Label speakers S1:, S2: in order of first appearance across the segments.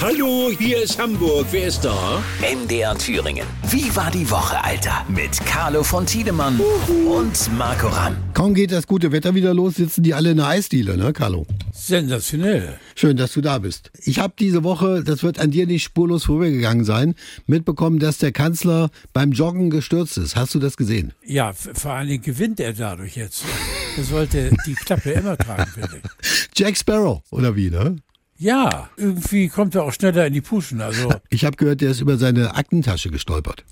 S1: Hallo, hier ist Hamburg. Wer ist da?
S2: MDR Thüringen. Wie war die Woche, Alter? Mit Carlo von Tiedemann und Marco Ramm.
S3: Kaum geht das gute Wetter wieder los, sitzen die alle in der Eisdiele, ne, Carlo?
S4: Sensationell.
S3: Schön, dass du da bist. Ich habe diese Woche, das wird an dir nicht spurlos vorübergegangen sein, mitbekommen, dass der Kanzler beim Joggen gestürzt ist. Hast du das gesehen?
S4: Ja, f- vor allen Dingen gewinnt er dadurch jetzt. Er sollte die Klappe immer tragen, finde ich.
S3: Jack Sparrow, oder wie, ne?
S4: Ja, irgendwie kommt er auch schneller in die Puschen. Also,
S3: Ich habe gehört, der ist über seine Aktentasche gestolpert.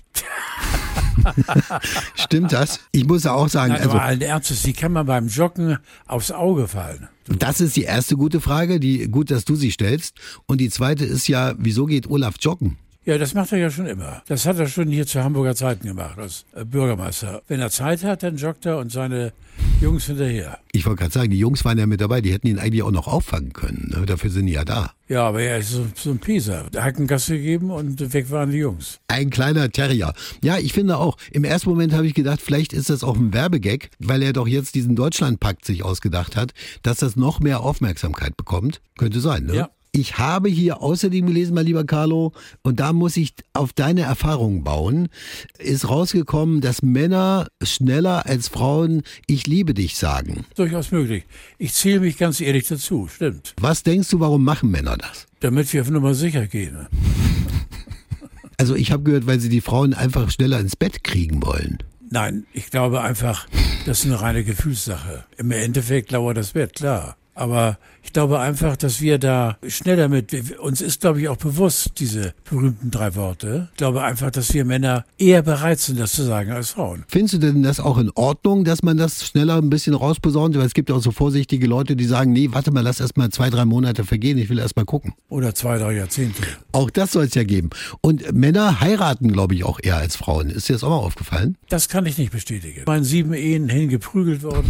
S3: Stimmt das? Ich muss ja auch sagen,
S4: nein, also
S3: also
S4: allen Ernstes, wie kann man beim Joggen aufs Auge fallen?
S3: das ist die erste gute Frage, die gut, dass du sie stellst. Und die zweite ist ja, wieso geht Olaf joggen?
S4: Ja, das macht er ja schon immer. Das hat er schon hier zu Hamburger Zeiten gemacht, als äh, Bürgermeister. Wenn er Zeit hat, dann joggt er und seine Jungs hinterher.
S3: Ich wollte gerade sagen, die Jungs waren ja mit dabei, die hätten ihn eigentlich auch noch auffangen können. Ne? Dafür sind die ja da.
S4: Ja, aber er ist so, so ein Pieser. Hackengasse gegeben und weg waren die Jungs.
S3: Ein kleiner Terrier. Ja, ich finde auch. Im ersten Moment habe ich gedacht, vielleicht ist das auch ein Werbegag, weil er doch jetzt diesen Deutschlandpakt sich ausgedacht hat, dass das noch mehr Aufmerksamkeit bekommt. Könnte sein, ne?
S4: Ja.
S3: Ich habe hier außerdem gelesen, mein lieber Carlo, und da muss ich auf deine Erfahrung bauen, ist rausgekommen, dass Männer schneller als Frauen Ich liebe dich sagen.
S4: Durchaus möglich. Ich zähle mich ganz ehrlich dazu, stimmt.
S3: Was denkst du, warum machen Männer das?
S4: Damit wir auf Nummer sicher gehen.
S3: Also ich habe gehört, weil sie die Frauen einfach schneller ins Bett kriegen wollen.
S4: Nein, ich glaube einfach, das ist eine reine Gefühlssache. Im Endeffekt lauert das Bett, klar. Aber ich glaube einfach, dass wir da schneller mit, uns ist, glaube ich, auch bewusst, diese berühmten drei Worte. Ich glaube einfach, dass wir Männer eher bereit sind, das zu sagen, als Frauen.
S3: Findest du denn das auch in Ordnung, dass man das schneller ein bisschen rausposaunt? Weil es gibt auch so vorsichtige Leute, die sagen, nee, warte mal, lass erst mal zwei, drei Monate vergehen, ich will erst mal gucken.
S4: Oder zwei, drei Jahrzehnte.
S3: Auch das soll es ja geben. Und Männer heiraten, glaube ich, auch eher als Frauen. Ist dir das auch mal aufgefallen?
S4: Das kann ich nicht bestätigen. Meinen sieben Ehen hingeprügelt worden.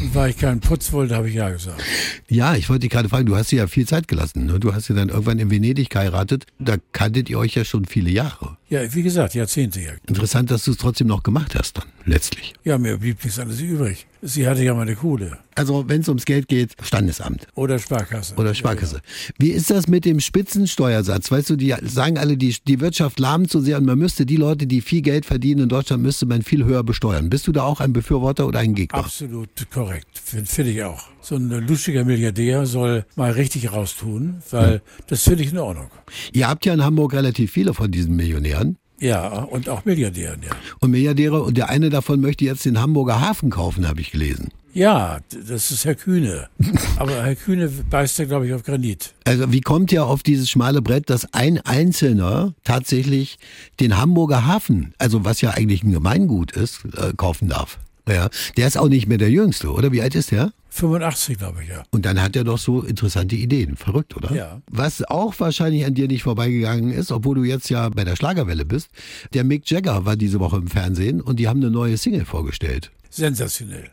S4: Und weil ich keinen Putz wollte, habe ich ja gesagt.
S3: Ja, ich wollte dich gerade fragen, du hast dir ja viel Zeit gelassen. Ne? Du hast ja dann irgendwann in Venedig geheiratet. Da kanntet ihr euch ja schon viele Jahre.
S4: Ja, wie gesagt, Jahrzehnte ja.
S3: Interessant, dass du es trotzdem noch gemacht hast dann, letztlich.
S4: Ja, mir blieb nichts anderes übrig. Sie hatte ja mal eine Kuhle.
S3: Also, wenn es ums Geld geht, Standesamt.
S4: Oder Sparkasse.
S3: Oder Sparkasse. Wie ist das mit dem Spitzensteuersatz? Weißt du, die sagen alle, die, die Wirtschaft lahmt so sehr und man müsste die Leute, die viel Geld verdienen in Deutschland, müsste man viel höher besteuern. Bist du da auch ein Befürworter oder ein Gegner?
S4: Absolut korrekt, finde find ich auch. So ein lustiger Milliardär soll mal richtig raustun, weil das finde ich in Ordnung.
S3: Ihr habt ja in Hamburg relativ viele von diesen Millionären
S4: Ja, und auch Milliardären, ja.
S3: und Milliardäre und der eine davon möchte jetzt den Hamburger Hafen kaufen, habe ich gelesen.
S4: Ja, d- das ist Herr Kühne. Aber Herr Kühne beißt ja, glaube ich, auf Granit.
S3: Also wie kommt ihr auf dieses schmale Brett, dass ein Einzelner tatsächlich den Hamburger Hafen, also was ja eigentlich ein Gemeingut ist, äh, kaufen darf? Ja, der ist auch nicht mehr der Jüngste, oder? Wie alt ist der?
S4: 85, glaube ich, ja.
S3: Und dann hat er doch so interessante Ideen. Verrückt, oder?
S4: Ja.
S3: Was auch wahrscheinlich an dir nicht vorbeigegangen ist, obwohl du jetzt ja bei der Schlagerwelle bist, der Mick Jagger war diese Woche im Fernsehen und die haben eine neue Single vorgestellt.
S4: Sensationell.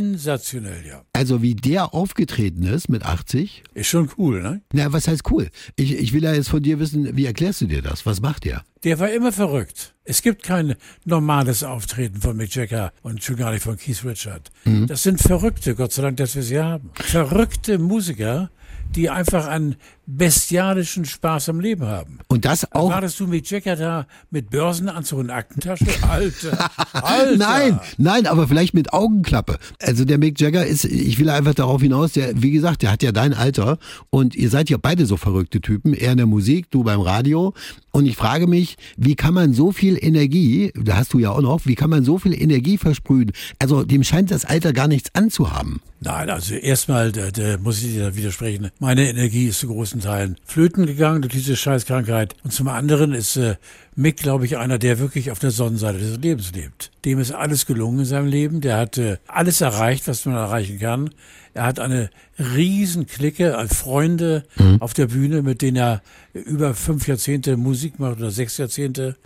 S4: Sensationell, ja.
S3: Also wie der aufgetreten ist mit 80,
S4: Ist schon cool, ne?
S3: na, was heißt cool? Ich, ich will ja jetzt von dir wissen, wie erklärst du dir das? Was macht der?
S4: Der war immer verrückt. Es gibt kein normales Auftreten von Mick Jagger und schon gar nicht von Keith Richard. Das sind Verrückte, Gott sei Dank, dass wir sie haben. Verrückte Musiker, die einfach einen bestialischen Spaß am Leben haben.
S3: Und das auch.
S4: Wartest du Mick Jagger da mit Börsenanzug und Aktentasche? Alter, Alter.
S3: Nein, nein, aber vielleicht mit Augenklappe. Also der Mick Jagger ist, ich will einfach darauf hinaus, der, wie gesagt, der hat ja dein Alter und ihr seid ja beide so verrückte Typen, er in der Musik, du beim Radio. Und ich frage mich, wie kann man so viel Energie, da hast du ja auch noch, wie kann man so viel Energie versprühen? Also dem scheint das Alter gar nichts anzuhaben.
S4: Nein, also erstmal da, da muss ich dir da widersprechen. Meine Energie ist zu großen Teilen flöten gegangen durch diese Scheißkrankheit. Und zum anderen ist äh, Mick, glaube ich, einer, der wirklich auf der Sonnenseite des Lebens lebt. Dem ist alles gelungen in seinem Leben. Der hat äh, alles erreicht, was man erreichen kann. Er hat eine riesen Clique an äh, Freunde
S3: Mhm.
S4: auf der Bühne, mit denen er über fünf Jahrzehnte Musik macht oder sechs Jahrzehnte.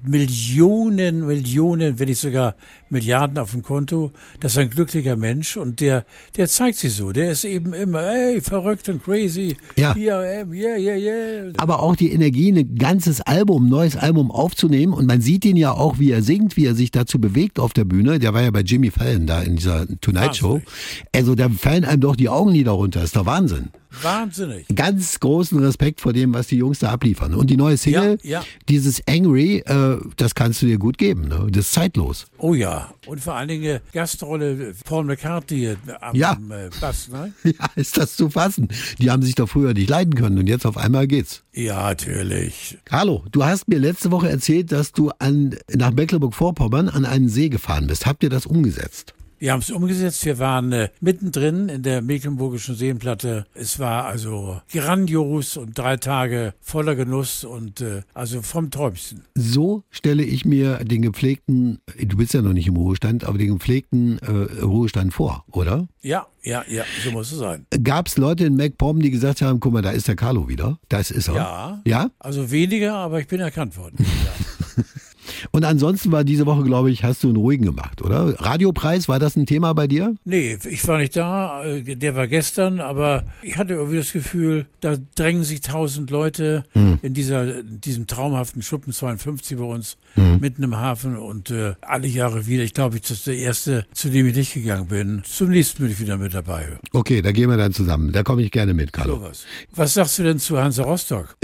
S4: Millionen, Millionen, wenn nicht sogar Milliarden auf dem Konto. Das ist ein glücklicher Mensch und der, der zeigt sich so. Der ist eben immer, ey, verrückt und crazy.
S3: Ja.
S4: Hier, ähm, yeah, yeah, yeah.
S3: aber auch die Energie, ein ganzes Album, neues Album aufzunehmen. Und man sieht ihn ja auch, wie er singt, wie er sich dazu bewegt auf der Bühne. Der war ja bei
S4: Ah,
S3: Jimmy Fallon da in dieser Tonight Show. Also da fallen einem doch die Augenlider runter. Ist doch Wahnsinn.
S4: Wahnsinnig.
S3: Ganz großen Respekt vor dem, was die Jungs da abliefern. Und die neue Single,
S4: Ja, ja.
S3: dieses Angry, äh, das kannst du dir gut geben. Ne? Das ist zeitlos.
S4: Oh ja. Und vor allen Dingen äh, Gastrolle äh, Paul McCartney äh, am,
S3: Ja.
S4: am äh, Bass, ne?
S3: Ja, ist das zu fassen. Die haben sich doch früher nicht leiden können und jetzt auf einmal geht's.
S4: Ja, natürlich.
S3: Carlo, du hast mir letzte Woche erzählt, dass du an, nach Mecklenburg-Vorpommern an einen See gefahren bist. Habt ihr das umgesetzt?
S4: Wir haben es umgesetzt. Wir waren äh, mittendrin in der Mecklenburgischen Seenplatte. Es war also grandios und drei Tage voller Genuss und äh, also vom Täubchen.
S3: So stelle ich mir den gepflegten, du bist ja noch nicht im Ruhestand, aber den gepflegten äh, Ruhestand vor, oder?
S4: Ja, ja, ja, so muss es sein.
S3: Gab es Leute in MacPom, die gesagt haben, guck mal, da ist der Carlo wieder. Das ist er.
S4: Ja.
S3: Ja?
S4: Also weniger, aber ich bin erkannt worden. Ja.
S3: Und ansonsten war diese Woche, glaube ich, hast du einen ruhigen gemacht, oder? Radiopreis, war das ein Thema bei dir?
S4: Nee, ich war nicht da, äh, der war gestern, aber ich hatte irgendwie das Gefühl, da drängen sich tausend Leute in dieser, in diesem traumhaften Schuppen 52 bei uns, mitten im Hafen und äh, alle Jahre wieder. Ich glaube, ich das ist der erste, zu dem ich nicht gegangen bin. Zum nächsten bin ich wieder mit dabei.
S3: Okay, da gehen wir dann zusammen. Da komme ich gerne mit, Carlo.
S4: Sowas. Was sagst du denn zu Hansa Rostock?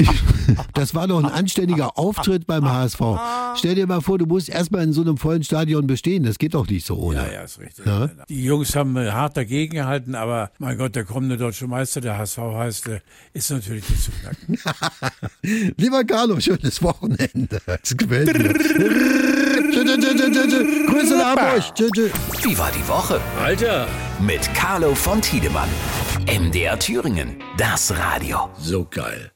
S3: Das war doch ein anständiger Auftritt beim HSV. Stell dir mal vor, du musst erstmal in so einem vollen Stadion bestehen. Das geht doch nicht so ohne.
S4: Ja, ja, ist richtig. Die Jungs haben äh, hart dagegen gehalten, aber mein Gott, der kommende deutsche Meister, der HSV heißt, äh, ist natürlich nicht zu knacken.
S3: Lieber Carlo, schönes Wochenende. Das gefällt mir. Tschö, tschö, tschö, tschö, tschö. Grüße nach Hamburg. Tschö, tschö.
S2: Wie war die Woche?
S1: Alter,
S2: Mit Carlo von Tiedemann. MDR Thüringen. Das Radio.
S1: so geil.